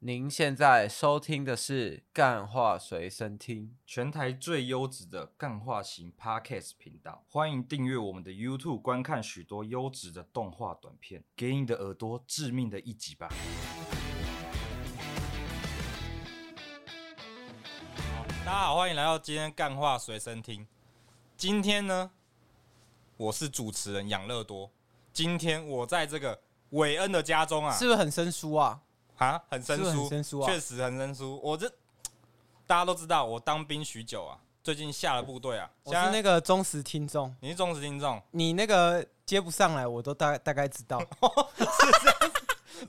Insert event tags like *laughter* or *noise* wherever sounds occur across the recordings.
您现在收听的是《干话随身听全台最优质的干化型 Podcast 频道，欢迎订阅我们的 YouTube，观看许多优质的动画短片，给你的耳朵致命的一击吧！》。大家好，欢迎来到今天干话随身听。今天呢，我是主持人养乐多。今天我在这个韦恩的家中啊，是不是很生疏啊？啊，很生是不是疏，很生疏啊确实很生疏。我这大家都知道，我当兵许久啊，最近下了部队啊。我是那个忠实听众，你是忠实听众，你那个接不上来，我都大大概 *laughs* 知道。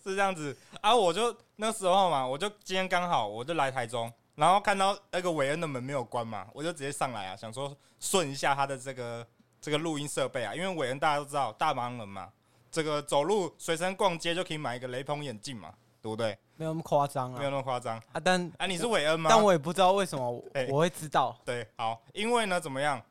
是这样子啊？我就那时候嘛，我就今天刚好我就来台中，然后看到那个韦恩的门没有关嘛，我就直接上来啊，想说顺一下他的这个这个录音设备啊，因为韦恩大家都知道大忙人嘛，这个走路随身逛街就可以买一个雷朋眼镜嘛，对不对？没有那么夸张没有啊。那么夸张。啊，但啊，你是韦恩吗？但我也不知道为什么我哎我会知道，对，好，因为呢，怎么样？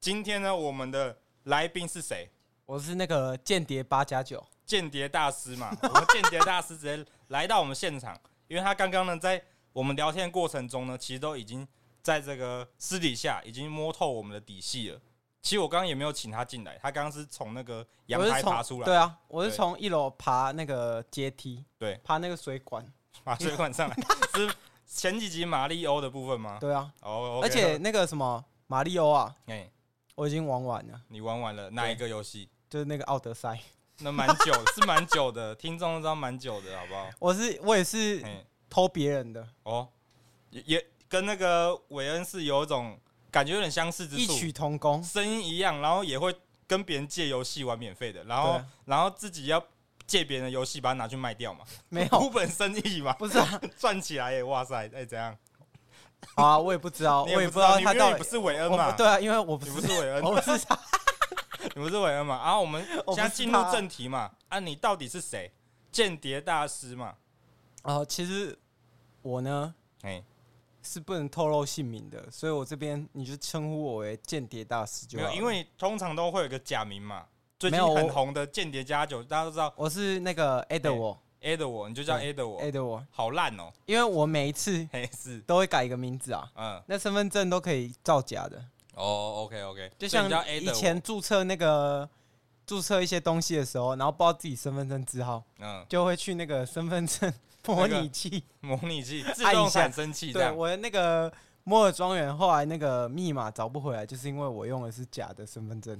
今天呢，我们的来宾是谁？我是那个间谍八加九，间谍大师 *laughs* 嘛，我们间谍大师直接来到我们现场，因为他刚刚呢，在我们聊天过程中呢，其实都已经在这个私底下已经摸透我们的底细了。其实我刚刚也没有请他进来，他刚刚是从那个阳我是台从爬出来，对啊，我是对从一楼爬那个阶梯，对爬那个水管，把水管 *laughs* 上来，是前几集马里欧的部分吗？对啊。哦，OK，而且那个什么马里欧啊，哎、我已经玩完了，你玩完了哪一个游戏？就是那个奥德赛，那蛮久，是蛮久的，听众都知道蛮久的，好不好？我是我也是哎、偷别人的，哦，也也跟那个韦恩是有一种感觉，有点相似之异处，曲同工。声音一样，然后也会跟别人借游戏玩免费的，然后对啊然后自己要借别人的游戏把它拿去卖掉嘛，没有，股 *laughs* 本生意嘛，不是啊，赚起来耶！哇塞，哎、怎样？好啊，我也不知道，你我也也不不知知道，道你他因为到你底不是韦恩我嘛不，对啊，因为我不你是不是韦恩， *laughs* 我不是他，你不是韦恩嘛？啊然后我们 *laughs* 我不现在是进入他正题嘛，啊，你到底是谁？间谍大师嘛？哦，其实我呢哎、是不能透露姓名的，所以我这边你就称呼我为间谍大师就没好有，了。因为通常都会有个假名嘛。最近没有很我红的《间谍加九》，大家都知道我是那个 a d 我 A 的我，你就叫 A 对的我 a，d 我，好烂哦、 *laughs* 因为我每一次嘿是，都会改一个名字啊，嗯，那身份证都可以造假的，哦，OK OK，就像叫 A 以的我，前注册那个注册一些东西的时候，然后不知道自己身份证字号，嗯，就会去那个身份证 *laughs* 模拟器。模拟器自按一动下产生器这对，样，我的那个摩尔庄园后来那个密码找不回来，就是因为我用的是假的身份证。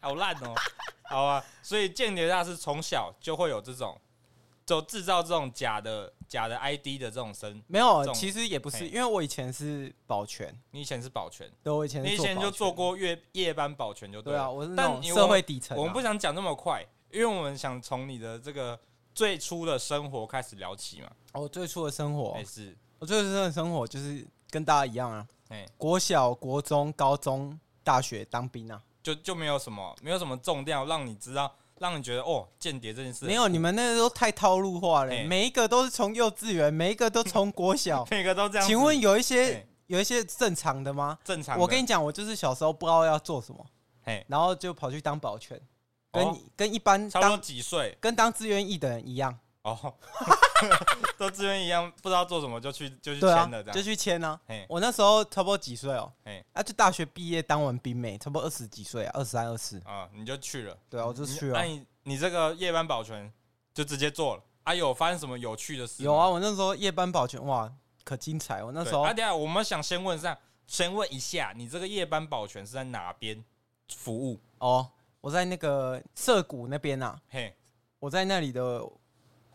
好烂哦、 *laughs* 好啊，所以间谍大师从小就会有这种，就制造这种假的假的 ID 的这种声。没这有，种其实也不是，嘿因为我以前是保全，你以前是保全，对，我以前你是以前就保全做，过夜夜班保全就对了。啊，我是那但种你社会底层啊、我们不想讲那么快，因为我们想从你的这个最初的生活开始聊起嘛。我最初的生活，没事，我最初的生活就是跟大家一样啊，哎，国小、国中、高中、大学当兵啊，就就没有什么没有什么重量让你知道，让你觉得哦，间谍这件事没有你们那个都太套路化了、嘿。每一个都是从幼稚园，每一个都从国小每个都 *laughs* 这样子。请问有一些、嘿有一些正常的吗？正常的？我跟你讲，我就是小时候不知道要做什么，嘿，然后就跑去当保全，跟、哦跟一般差不多当几岁跟当志愿役的人一样，哦， *laughs* 都志愿一样，不知道做什么就去就去对啊签了这，样。就去签啊。嘿，我那时候差不多几岁哦、嘿啊，就大学毕业当完兵没，差不多二十几岁啊，二三二四。啊，你就去了。对啊，我就去那了。你你这个夜班保全就直接做了啊？有发生什么有趣的事？有啊，，我那时候夜班保全哇，可精彩！哦我那对。时候啊，等一下我们想先问一下，先问一下，你这个夜班保全是在哪边服务？哦，我在那个涩谷那边啊，嘿我在那里的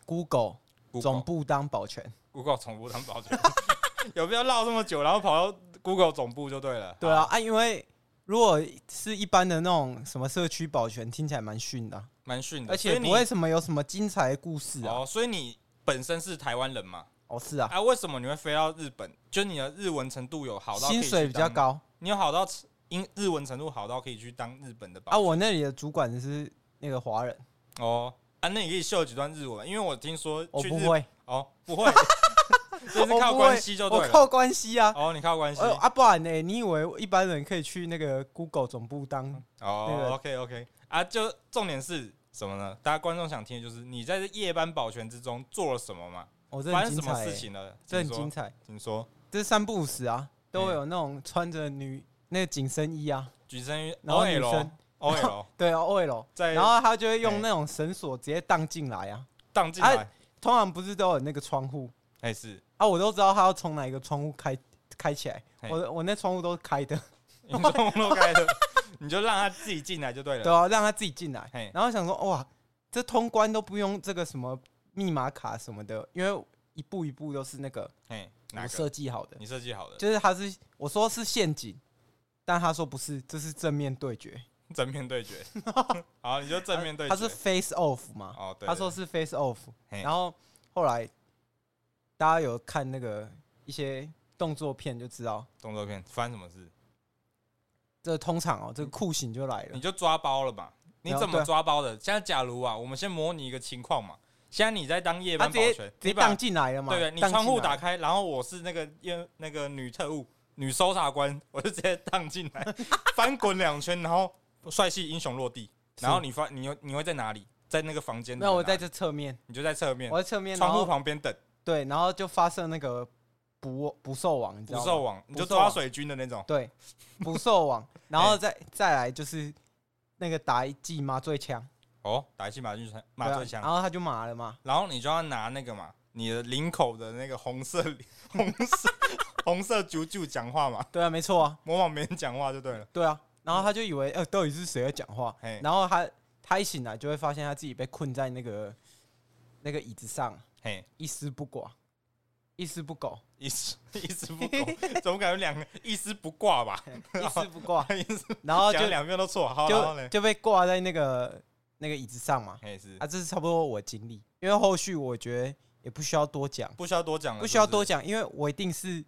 Google ，Google，总部当保全。 Google 总部当保全， *laughs* 有必要绕这么久，然后跑到 Google 总部就对了？对啊，，啊，因为如果是一般的那种什么社区保全，听起来蛮逊的啊、蛮逊的，而所且以你不会什么有什么精彩的故事啊。哦，所以你本身是台湾人嘛？哦，是啊，啊，为什么你会飞到日本？就你的日文程度有好到可以薪去水比较当，高你有好到英日文程度好到可以去当日本的吧？啊。我那里的主管是那个华人，哦啊，那你可以秀几段日文，因为我听说我去不日会，哦，不会， *laughs* 所以是靠我不会关系就对我了。靠关系啊。哦，你靠关系呃啊，不然呢？你以为一般人可以去那个 Google 总部当？那哦个，OK OK 啊，就重点是什么呢？大家观众想听的就是你在这夜班保全之中做了什么嘛？哦，这发很生精什么彩事欸，情了？这很请说嗯精彩。请说。这三不五时啊，都会有那种穿着女那个紧身衣啊，举身于然后女生 OL *laughs* OL 对哦，OL，在然后他就会用哎那种绳索直接荡进来啊。荡进来啊，通常不是都有那个窗户哎是，啊，我都知道他要从哪一个窗户开开起来，哎我的我那窗户都是开的，你 *laughs* 说弄开的，你就让他自己进来就对对了。啊，让他自己进来嘿。然后想说哇，这通关都不用这个什么密码卡什么的，因为一步一步都是那个哎，哪我个？设计好的，你设计好的，就是他是我说是陷阱，但他说不是，这是正面对决，正面对 *laughs* 决。好，你就正面对决。他是 face off 嘛，哦，对，他说是 face off，嘿然后后来大家有看那个一些动作片就知道，对动作片发生什么事，这通常哦，这个酷刑就来了嗯你。就抓包了嘛？你然后怎么对抓包的？现在假如啊，我们先模拟一个情况嘛，现在你在当夜他班直保接全直，你接把荡进来了嘛？对对，你荡进窗户来打开，然后我是那个夜那个女特务、女搜查官，我就直接荡进来， *laughs* 翻滚两圈，然后帅气英雄落地。然后你发，你会你会在哪里？在那个房间的哪那里？我在这侧面，你就在侧面我在侧面嗯窗户然后旁边等对，然后就发射那个捕捕兽网，你知捕道兽吗？网，你就捕兽网抓水军的那种。 *laughs* 对，捕兽网，然后再嗯再来就是那个打一剂麻醉枪，哦，打一记麻醉枪，麻对醉啊枪，然后他就麻了嘛。然后你就要拿那个嘛，你的领口的那个红色 *laughs* 红色红色啾啾讲话嘛，对啊，没错啊，模仿别人讲话就对了。对啊，然后他就以为呃到底是谁在讲话，嘿，然后他他一醒来就会发现他自己被困在那个那个椅子上，嘿，一丝不挂，一丝不苟，一丝一丝不苟，怎么感觉两个一丝不挂吧？一丝不挂，一丝然后 *laughs* 就讲得两边都错，好，然后就嘞，就被挂在那个那个椅子上嘛。嘿是啊，这是差不多我的经历，因为后续我觉得也不需要多讲，不需要多讲了，不需要多啊是讲，因为我一定是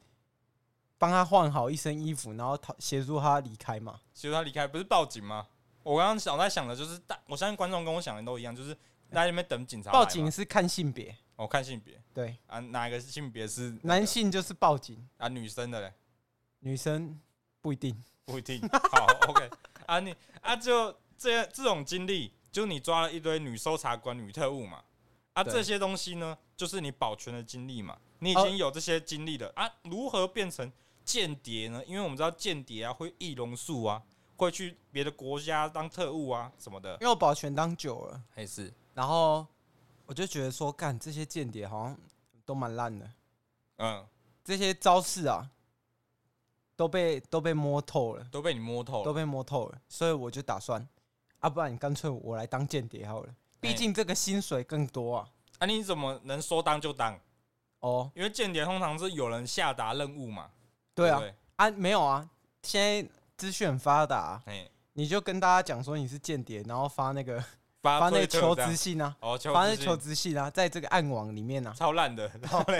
帮他换好一身衣服，然后他协助他离开嘛。不是，其实他离开不是报警吗？我刚刚想在想的就是大，我相信观众跟我想的都一样，就是大家在那边等警察来嘛报警，是看性别，我看性别对，啊，哪一个性别是那男个性就是报警，啊，女生的嘞。女生不一定。不一定。好，OK 啊你，啊就这这种经历，就你抓了一堆女搜查官、女特务嘛，啊对这些东西呢，就是你保全的经历嘛，你已哦经有这些经历了、啊，如何变成间谍呢？因为我们知道间谍啊会易容术啊，会去别的国家当特务啊什么的，因为我保全当久了，还是然后我就觉得说，干这些间谍好像都蛮烂的，嗯这些招式啊都被都被摸透了。都被你摸透都了，被摸透了，所以我就打算，啊，不然干脆我来当间谍好了，哎毕竟这个薪水更多啊。啊你怎么能说当就当？哦，因为间谍通常是有人下达任务嘛，对不啊，啊，没有啊，现在资讯很发达啊、对，哎，你就跟大家讲说你是间谍，然后发那个发发那个推特求啊这样职信啊，哦，求发那职个信求职信啊，在这个暗网里面啊，超烂 *laughs* 的，然后嘞，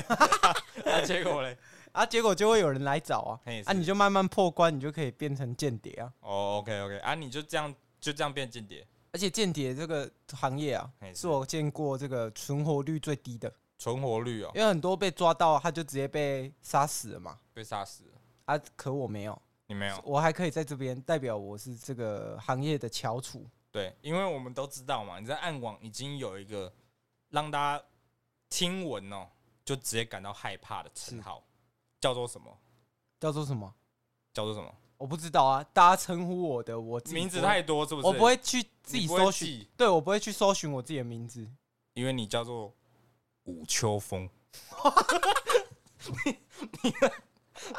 啊，结果嘞，啊，结果就会有人来找啊，嘿啊，是你就慢慢破关，你就可以变成间谍啊。哦，OK OK，啊，你就这样就这样变间谍，而且间谍这个行业啊嘿，是是我见过这个存活率最低的，存活率哦，因为很多被抓到他就直接被杀死了嘛。被杀死了，啊，可我没有，你没有？我还可以在这边代表我是这个行业的翘楚。对，因为我们都知道嘛，你在暗网已经有一个让大家听闻哦，就直接感到害怕的称号，叫做什么？叫做什么？叫做什么？我不知道啊，大家称呼我的，我自己名字不会太多是不是？我不会去自你己不会搜寻，记，对我不会去搜寻我自己的名字。因为你叫做武秋风。 *laughs* 你你的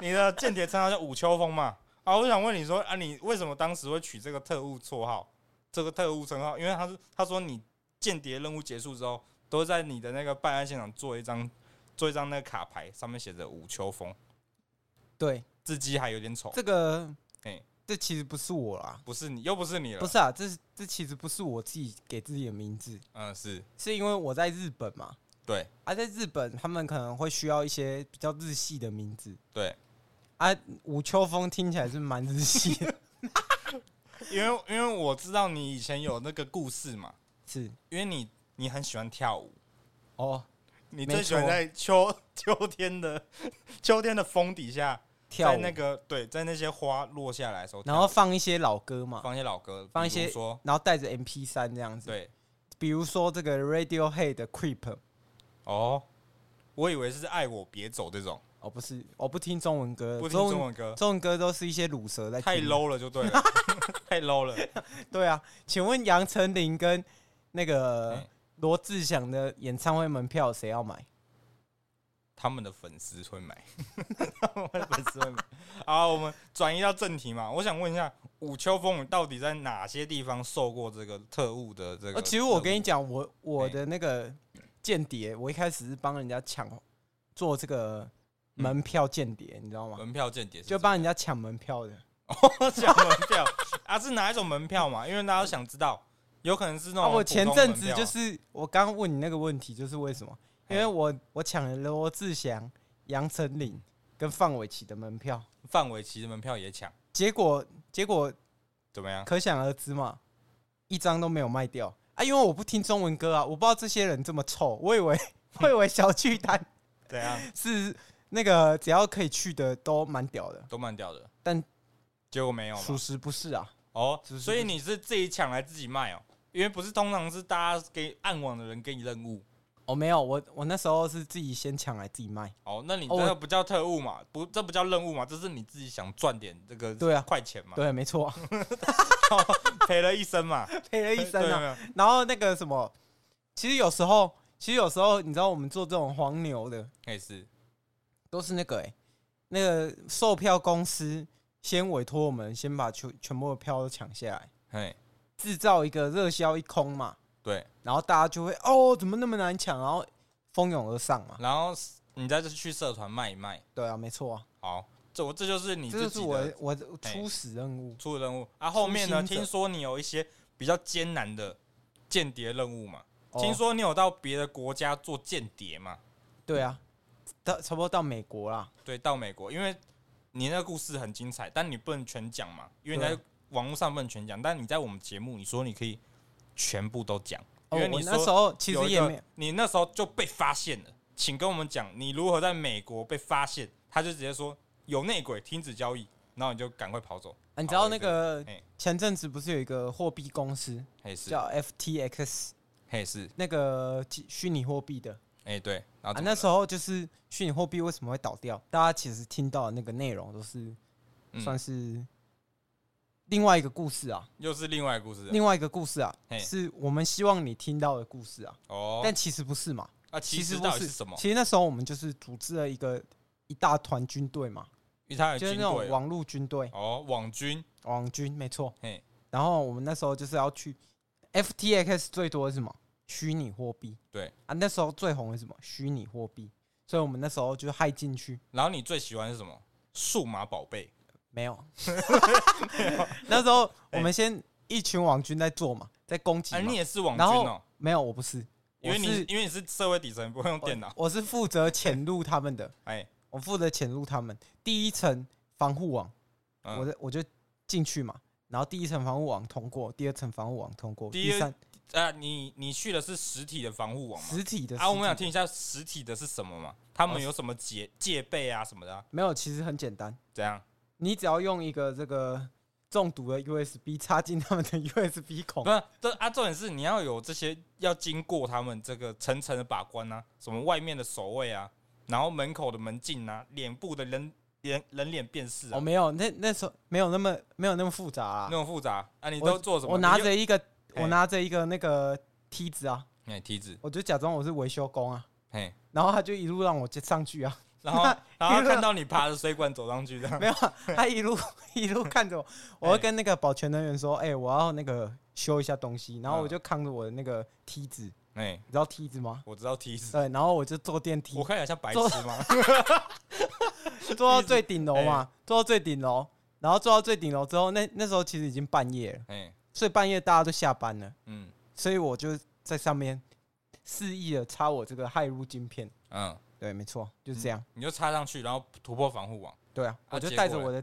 你的间谍称号叫武秋风嘛？啊，我想问你说啊，你为什么当时会取这个特务绰号？这个特务称号，因为他是他说你间谍任务结束之后，都在你的那个办案现场做一张做一张那个卡牌，上面写着武秋风，对，字迹还有点丑，这个，哎这其实不是我啦，不是你，又不是你了，不，是啊，这是这其实不是我自己给自己的名字，嗯，是是因为我在日本嘛，对啊，在日本他们可能会需要一些比较日系的名字。 *laughs* 对，啊，武秋风听起来是蛮日系的， *laughs* 因为因为我知道你以前有那个故事嘛，是因为你你很喜欢跳舞，哦，你没最喜欢错在秋 *laughs* 秋天的秋天的风底下，跳在舞，那个对，在那些花落下来的时候跳舞，然后放一些老歌嘛，放一些老歌，放比一些如说然后带着 MP 三这样子。对，比如说这个 Radiohead 的 Creep，哦，我以为是爱我别走这种，哦不是，我不听呃中文歌，不听中文歌，中文歌都是一些乳蛇在太听 low 了就对了， *laughs* 太 low 了。 *laughs* 对啊，请问杨丞琳跟那个哎罗志祥的演唱会门票谁要买？他们的粉丝会买， *laughs* 他们的粉丝会买。好，我们转移到正题嘛。我想问一下，武秋风雨到底在哪些地方受过这个特务的这呃，个？其实我跟你讲，讲，我我哎的那个间谍，我一开始是帮人家抢做这个门票间谍，你知道吗？嗯门票间谍是就怎么帮人家抢门票的。 *laughs* 样讲门票啊，是哪一种门票嘛？因为大家都想知道，有可能是那种、啊，我前阵子就，是我刚刚问你那个问题，就是为什么？因为哎我我抢了罗志祥、杨丞琳跟范玮琪的门票，范玮琪的门票也抢，结果结果怎么样？可想而知嘛，一张都没有卖掉啊！因为我不听中文歌啊，我不知道这些人这么臭，*laughs* 我以为我以为小巨蛋怎 *laughs* 样？是那个只要可以去的都蛮屌的，都蛮屌的，但结果没有嘛。属实不是啊。哦，是不是所以你是自己抢来自己卖哦，因为不是通常是大家给暗网的人给你任务。哦，没有，我我那时候是自己先抢来自己卖，哦，那你这哦我个不叫特务嘛？不，这不叫任务嘛？这是你自己想赚点这个对啊快钱嘛？对，*laughs* 没错，赔了一身嘛？赔了一身对啊有。没有然后那个什么，其实有时候，其实有时候，你知道我们做这种黄牛的，也是都是那个哎、那个售票公司先委托我们先把全全部的票都抢下来，嘿，制造一个热销一空嘛，对。然后大家就会哦，怎么那么难抢，然后蜂拥而上嘛。然后你再去社团卖一卖，对啊，没错啊，好，这我这就是你这自就是己我的哎我的初始任务。出的任务啊。后面呢，初心者听说你有一些比较艰难的间谍任务嘛？哦听说你有到别的国家做间谍嘛？对啊，到差不多到美国啦。对，到美国，因为你那个故事很精彩，但你不能全讲嘛，因为你在对网络上不能全讲，但你在我们节目，你说你可以全部都讲，因哦，为我你那时说候其有实一也个没有，你那时候就被发现了，请跟我们讲你如何在美国被发现，他就直接说有内鬼，停止交易，然后你就赶快跑走，啊你知道好那我觉个哎前阵子不是有一个货币公司嘿是，叫 FTX 嘿是，那个虚拟货币的哎对，然后啊怎？么那了时候就是虚拟货币为什么会倒掉？大家其实听到的那个内容都是嗯算是另外一个故事啊，又是另外一个故事了另外一个故事啊嘿，是我们希望你听到的故事啊，哦，但其实不是嘛。啊其其实实不到底是是什么？其实那时候我们就是组织了一个一大团军队嘛，因为他有就是哎军那队种了网路军队、哦，网军，网军，没错嘿。然后我们那时候就是要去 FTX 最多的是什么？虚拟货币。对啊，那时候最红的是什么？虚拟货币。所以我们那时候就害进去，然后你最喜欢是什么？数码宝贝。没有， *laughs* 那时候我们先一群网军在做嘛，在攻击哎、嘛你。也是网军然哦、后没有，我不是，因为你我是哦因为你是社会底层，不会用电脑。我是负责潜入他们的，哎，我负责潜入他们。第一层防护网，嗯我的我就进去嘛，然后第一层防护网通过，第二层防护网通过，第第二三啊，你你去的是实体的防护网吗？实体的啊，我们想实体听一下实体的是什么嘛？他们哦有什么戒戒备啊什么的啊、没有，其实很简单，怎样？你只要用一个这个中毒的 USB 插进他们的 USB 孔不，是，这啊，重点是你要有这些，要经过他们这个层层的把关啊，什么外面的守卫啊，然后门口的门禁啊，脸部的人人人脸辨识啊，哦，没有，那那时候没有那么没有那么复杂啦那。种复杂啊，你都做什么？我拿你又着一个，嘿我拿着一个那个梯子啊，哎梯子，我就假装我是维修工啊，嘿，然后他就一路让我接上去啊， *laughs* *laughs* 然后然后看到你爬着水管走上去的，没有啊，他一路一路看着我，我会跟那个保全人员说，哎、我要那个修一下东西，然后我嗯就扛着我的那个梯子，你 *laughs* 哎，知道梯子吗？我知道梯子，对，然后我就坐电梯我，看起来像白痴 *laughs* 吗？坐到最顶楼嘛，坐到最顶楼，然后坐到最顶楼之后，那那时候其实已经半夜了，哎，所以半夜大家都下班了，嗯所以我就在上面肆意的插我这个骇入晶片，嗯，对，没错，就是这样。你就插上去，然后突破防护网，对啊，嗯啊我就结带着果我的，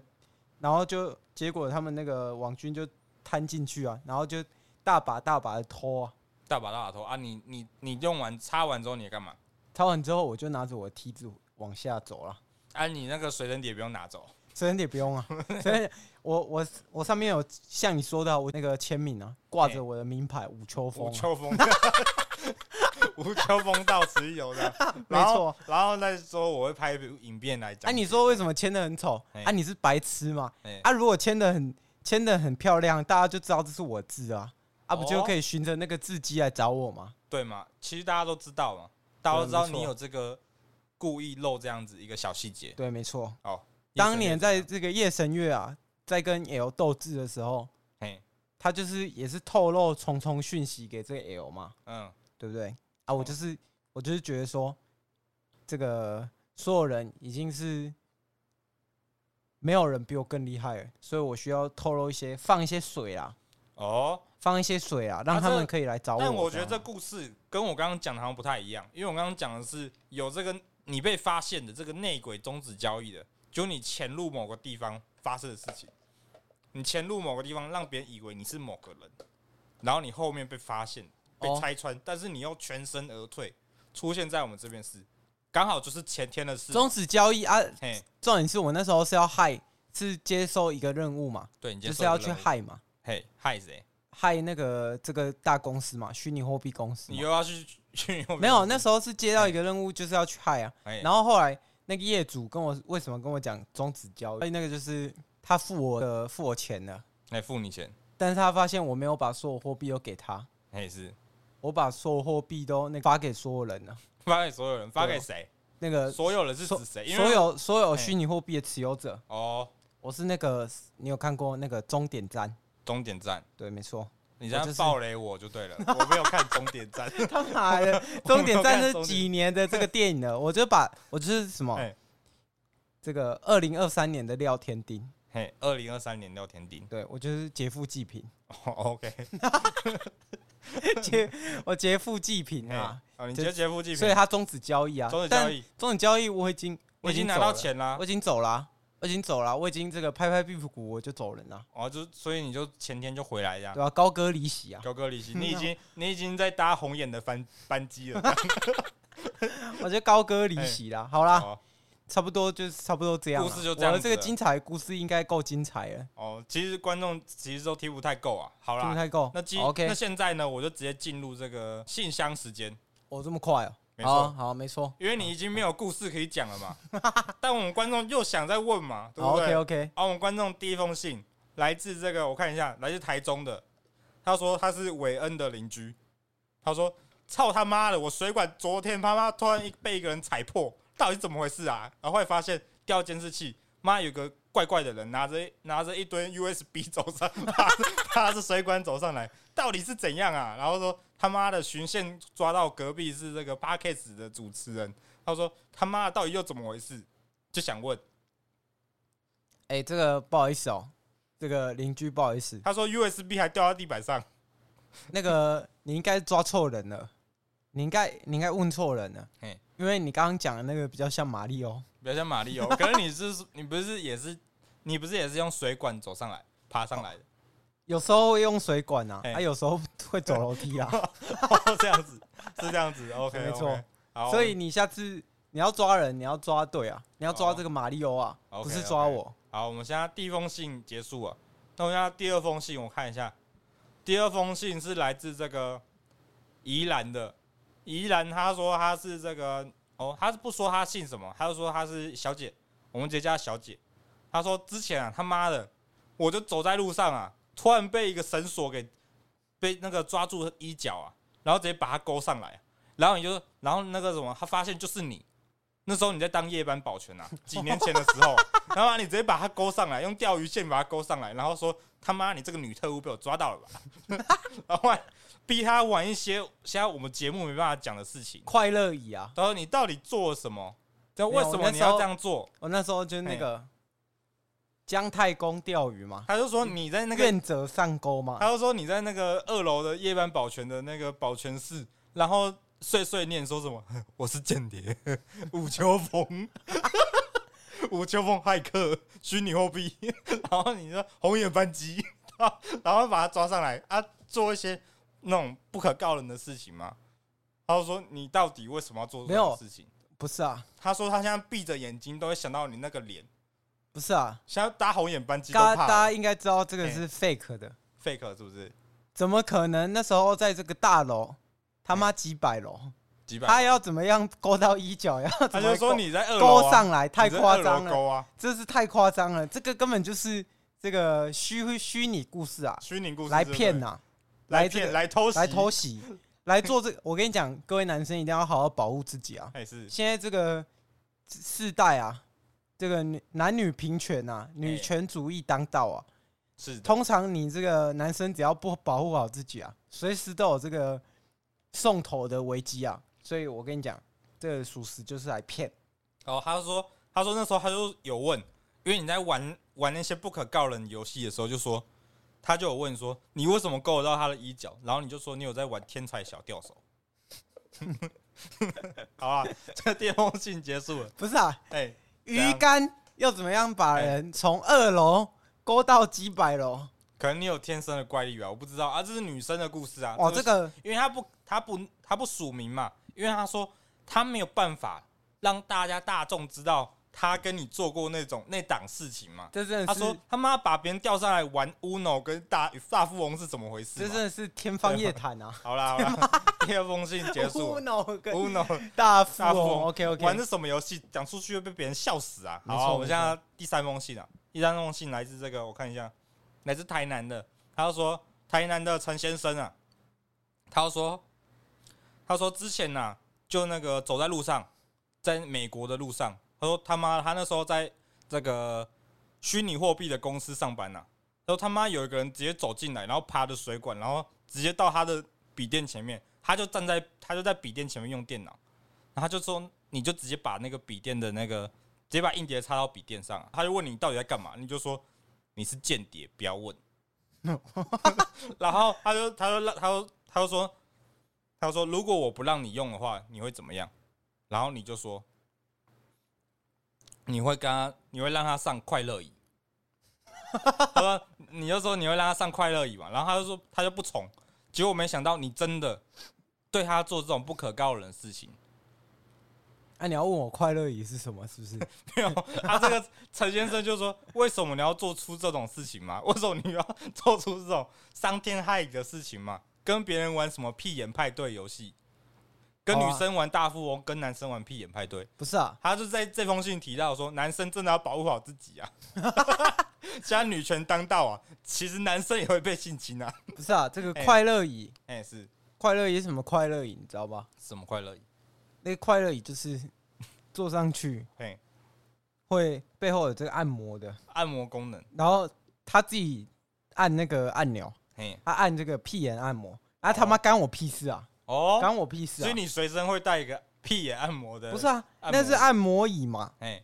然后就结果他们那个网军就摊进去啊，然后就大把大把的偷啊，大把大把头啊！你你你用完插完之后，你干嘛？偷完之后我就拿着我的梯子往下走了，啊，你那个水灯碟不用拿走， *laughs* 所以你也不用啊，所以我我我上面有像你说的，我那个签名啊，挂着我的名牌吴秋风吴啊、秋 *laughs* 风，吴秋风到此一游 *laughs* 的，没然后错。然后那时候我会拍影片来哎、讲。你说为什么签的很丑？哎啊，你是白痴吗？哎啊，如果签的很签的很漂亮，大家就知道这是我的字啊，啊不就哦可以循着那个字迹来找我吗？对嘛？其实大家都知道嘛，大家都知啊没道错你有这个故意漏这样子一个小细节。对，没错。哦，当年在夜这个夜神月啊，在跟 L 斗智的时候，深夜嘿，他就是也是透露重重讯息给这个 L 嘛，嗯，对不对？啊，我就是我就是觉得说，这个所有人已经是没有人比我更厉害了，所以我需要透露一些放一些水啊，哦，放一些水啊，让啊他这们可以来找我。啊但我觉得这这样故事跟我刚刚讲的好像不太一样，因为我刚刚讲的是有这个你被发现的这个内鬼终止交易的，就你潜入某个地方发生的事情，你潜入某个地方让别人以为你是某个人，然后你后面被发现被哦拆穿，但是你又全身而退，出现在我们这边是刚好就是前天的事。终止交易啊，嘿，重点是我那时候是要害，是接收一个任务嘛，对，你接就受是要这去个任务，害嘛，嘿，害谁？害那个这个大公司嘛，虚拟货币公司嘛你。又要去去没有，那时候是接到一个任务，就是要去害啊。然然后后来那个业主跟我为什么跟我讲终止交易？那个就是他付我的付我钱了，哎付你钱，但是他发现我没有把所有货币都给他，哎是我把所有货币都那个发给所有人了。发给所有人，发给谁？那个所有人是啊所指谁？因为所有所有哎虚拟货币的持有者，哦，我是那个你有看过那个终点站？终点站，对，没错。你我这就样是暴雷我就 *laughs* 对了，我没有看终点站，他妈的， *laughs* 终点站是终点几年的这个电影了？我就把我就是什么哎这个二零二三年的廖天丁，嘿，二零二三年廖天丁 *laughs* 对我就是劫富济贫。哦，OK，劫我劫富济贫嘿啊，哦，你这接劫富济所以贫，他终止交易啊，终止交，易，终止交易我已经我已经拿走到了，钱啦我，已经走了啊，我已经走了啊，我已经这个拍拍屁股我就走人了，啊哦，就所以你就前天就回来这样对。吧？高歌离席啊，高歌离 *laughs* 席，你已经你已经在搭红眼的班班机了。我就高歌离席啦。好啦，哦差不多就是差不多这样啦。故事就这样我的这个子了精彩的故事应该够精彩了，哦，其实观众其实都听不太够啊。好听啦，不太够。那今好哦 OK，那现在呢，我就直接进入这个信箱时间，我这么快哦，没错，好好没错。因为你已经没有故事可以讲了嘛。 *laughs* 但我们观众又想再问嘛，对好不对？ OK OK，啊，我们观众第一封信来自这个，我看一下，来自台中的，他说他是韦恩的邻居，他说：“操他妈的，我水管昨天他妈突然一被一个人踩破，到底是怎么回事啊？”然后后来发现掉监视器，妈有个怪怪的人拿着拿着一堆 USB 走上， *laughs* 爬着爬着水管走上来，到底是怎样啊？然后说他妈的巡线抓到隔壁是这个 p a d k a s 的主持人，他说他妈的到底又怎么回事？就想问。哎，这个不好意思哦，这个邻居不好意思，他说 USB 还掉到地板上，那个你应该抓错人了，你应该你应该问错人了嘿，因为你刚刚讲的那个比较像马里奥。比较像马 *laughs* 里奥。可是你是你不是也是你不是也是用水管走上来爬上来的？有时候会用水管啊，嘿啊，有时候会走楼梯啊， *laughs* 哦，这样子是这样子，OK，没错。 *laughs* 好，所以你下次你要抓人，你要抓对啊，你要抓这个马里欧啊，哦不是 OK，OK 抓我。好，我们现在第一封信结束了。那我们现在第二封信，我看一下，第二封信是来自这个宜兰的。宜兰他说他是这个哦，他是不说他姓什么，他就说他是小姐，我们直接叫她小姐。他说之前啊，他妈的，我就走在路上啊，突然被一个绳索给被那个抓住衣角啊，然后直接把他勾上来，啊然后你就然后那个什么，他发现就是你，那时候你在当夜班保全啊，几年前的时候， *laughs* 然后啊你直接把他勾上来，用钓鱼线把他勾上来，然后说他妈你这个女特务被我抓到了吧， *laughs* 然后还逼他玩一些现在我们节目没办法讲的事情。快乐椅啊，他说你到底做了什么？对，没有为什么我那你时候要这样做？我那时候就是那个姜太公钓鱼嘛，他就说你在那个，愿者上钩 *laughs* 嘛，他就说你在那个二楼的夜班保全的那个保全室，然后碎碎念说什么 *laughs* 我是间谍， *laughs* 武秋风， *laughs* 武秋风骇客，虚拟货币， *laughs* 然后你说红眼班机， *laughs* 然后然后把他抓上来啊，做一些那种不可告人的事情嘛。他就说你到底为什么要做这没有种事情？不是啊，他说他现在闭着眼睛都会想到你那个脸，不是啊，现在大家红眼班机都大家大怕家了应该知道这个是 fake 的， fake 是不是？怎么可能？那时候在这个大楼，他妈几百楼，几百？他要怎么样勾到一角？要他怎么就说勾你在二楼勾啊，上来，太你在夸二楼张了，勾啊，这是太夸张了，这个根本就是这个虚虚拟故事啊，虚拟故事来对不骗对呐、来来这骗个来偷袭来偷袭，来做这个。我跟你讲，各位男生一定要好好保护自己 *laughs* 啊！哎是现在这个世代啊，这个女男女平权啊，女权主义当道啊。是的，通常你这个男生只要不保护好自己啊，随时都有这个送头的危机啊。所以我跟你讲，这个属实就是来骗。哦，他说他说那时候他就有问，因为你在玩玩那些不可告人游戏的时候，就说他就有问说你为什么勾得到他的衣角，然后你就说你有在玩天才小钓手。 *laughs* 好啊，这电风信结束了。不是啊，哎、怎样鱼竿要怎么样把哎人从二楼勾到几百楼？可能你有天生的怪力吧，我不知道啊。这是女生的故事啊。哇，这个因为他不他不他不署名嘛，因为他说他没有办法让大家大众知道他跟你做过那种那档事情嘛。这真他的是说他妈把别人调上来玩 Uno 跟大大富翁是怎么回事这嘛？真的是天方夜谭啊！好啦好啦， *laughs* 第二封信结束 Uno 跟，Uno 大富大富翁翁，OK 玩 OK，的什么游戏？讲出去会被别人笑死啊！没好错啊，我们没现错在第三封信啊，第三封信来自这个，我看一下，来自台南的，他就说台南的陈先生啊，他就说他说之前呐、就那个走在路上，在美国的路上，他说他妈他那时候在这个虚拟货币的公司上班呐、啊他说他妈有一个人直接走进来，然后爬着水管，然后直接到他的笔电前面，他就站在他就在笔电前面用电脑，然后他就说你就直接把那个笔电的那个直接把硬碟插到笔电上啊，他就问你到底在干嘛，你就说你是间谍，不要问。然后他就他就让他就他就说他就说如果我不让你用的话，你会怎么样？然后你就说你会跟他你会让他上快乐椅。他说你就说你会让他上快乐椅嘛，然后他就说他就不从，结果没想到你真的对他做这种不可告人的事情。啊，你要问我快乐椅是什么？是 *laughs* 不是？没有，他这个陈先生就说：“为什么你要做出这种事情嘛？为 *laughs* 什么你要做出这种伤天害理的事情嘛？跟别人玩什么屁眼派对游戏，跟好啊女生玩大富翁，跟男生玩屁眼派对。”不是啊，他就在这封信提到说，男生真的要保护好自己啊！ *laughs* 现在女权当道啊，其实男生也会被性侵啊。不是啊，这个哎快乐椅，哎、是快乐椅是什么快乐椅？你知道吧？什么快乐椅？那个快乐椅就是坐上去哎、会背后有这个按摩的，按摩功能。然后他自己按那个按钮，哎、他按这个屁眼按摩，啊他妈干我屁事啊，哦，干我屁事所以啊！你随身会带一个屁眼按摩的？不是，啊，按摩那是按摩椅嘛，哎、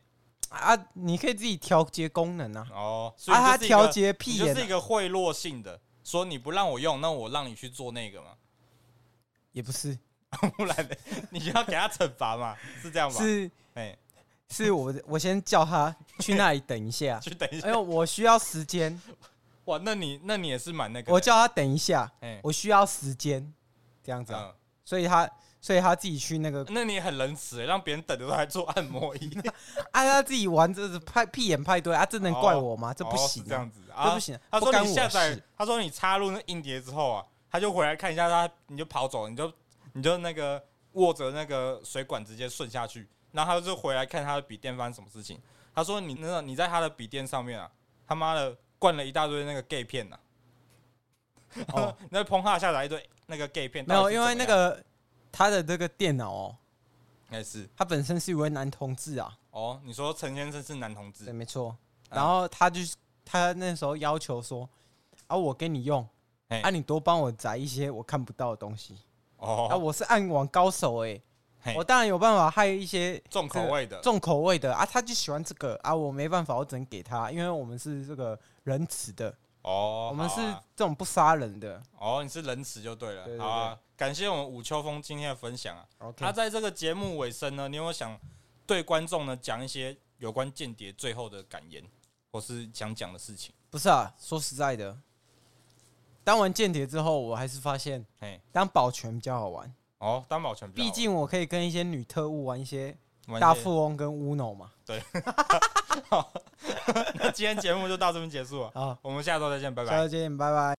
啊，你可以自己调节功能啊，哦，所以你啊，他就是一个调节屁你眼就啊是一个贿赂性的，说你不让我用，那我让你去做那个嘛， *laughs* 也不是，不然呢你就要给他惩罚嘛，是这样吧？是哎，，是我我先叫他去那里等一下 *laughs* 去等一下哎，呦，我需要时 *laughs* 间，哇，那你那你也是蛮那个的，我叫他等一下，哎，我需要时间，这样子啊，嗯，所以他所以他自己去那个，那你也很仁慈欸，让别人等着他来做按摩椅，啊，他自己玩这是派屁眼派对啊，这能怪我吗？这不哦行是这啊，样子啊，这不行啊，他不说干你我下载事，他说你插入那硬碟之后啊，他就回来看一下他，你就跑走，你就你就那个握着那个水管直接顺下去，然后他就回来看他的笔电发生什么事情。他说你那个你在他的笔电上面啊，他妈的灌了一大堆那个 gay 片呐、哦啊，你在 p o n 下载一堆那个 gay 片，没到有，底是因为怎么那样个他的这个电脑哦，应该是他本身是一位男同志啊，哦，你说陈先生是男同对，志，没错，嗯然后他就是他那时候要求说，啊，我给你用。嘿啊，你多帮我载一些我看不到的东西。啊，哦，我是暗网高手哎、嘿我当然有办法害一些重口味的，重口味的啊，他就喜欢这个啊，我没办法，我只能给他，因为我们是这个仁慈的，哦，我们是好啊这种不杀人的。哦，你是仁慈就对了，对对好啊，感谢我们武秋风今天的分享啊。 OK，、他在这个节目尾声呢，你有没有想对观众呢讲一些有关间谍最后的感言，或是想讲的事情？不是啊，说实在的，当完间谍之后，我还是发现嘿，当保全比较好玩，哦，担保权比较好毕竟我可以跟一些女特务玩一些玩一些大富翁跟 Uno 嘛。 *laughs* 那今天节目就到这边结束了，好，我们下周再见，拜拜下。周见，拜拜。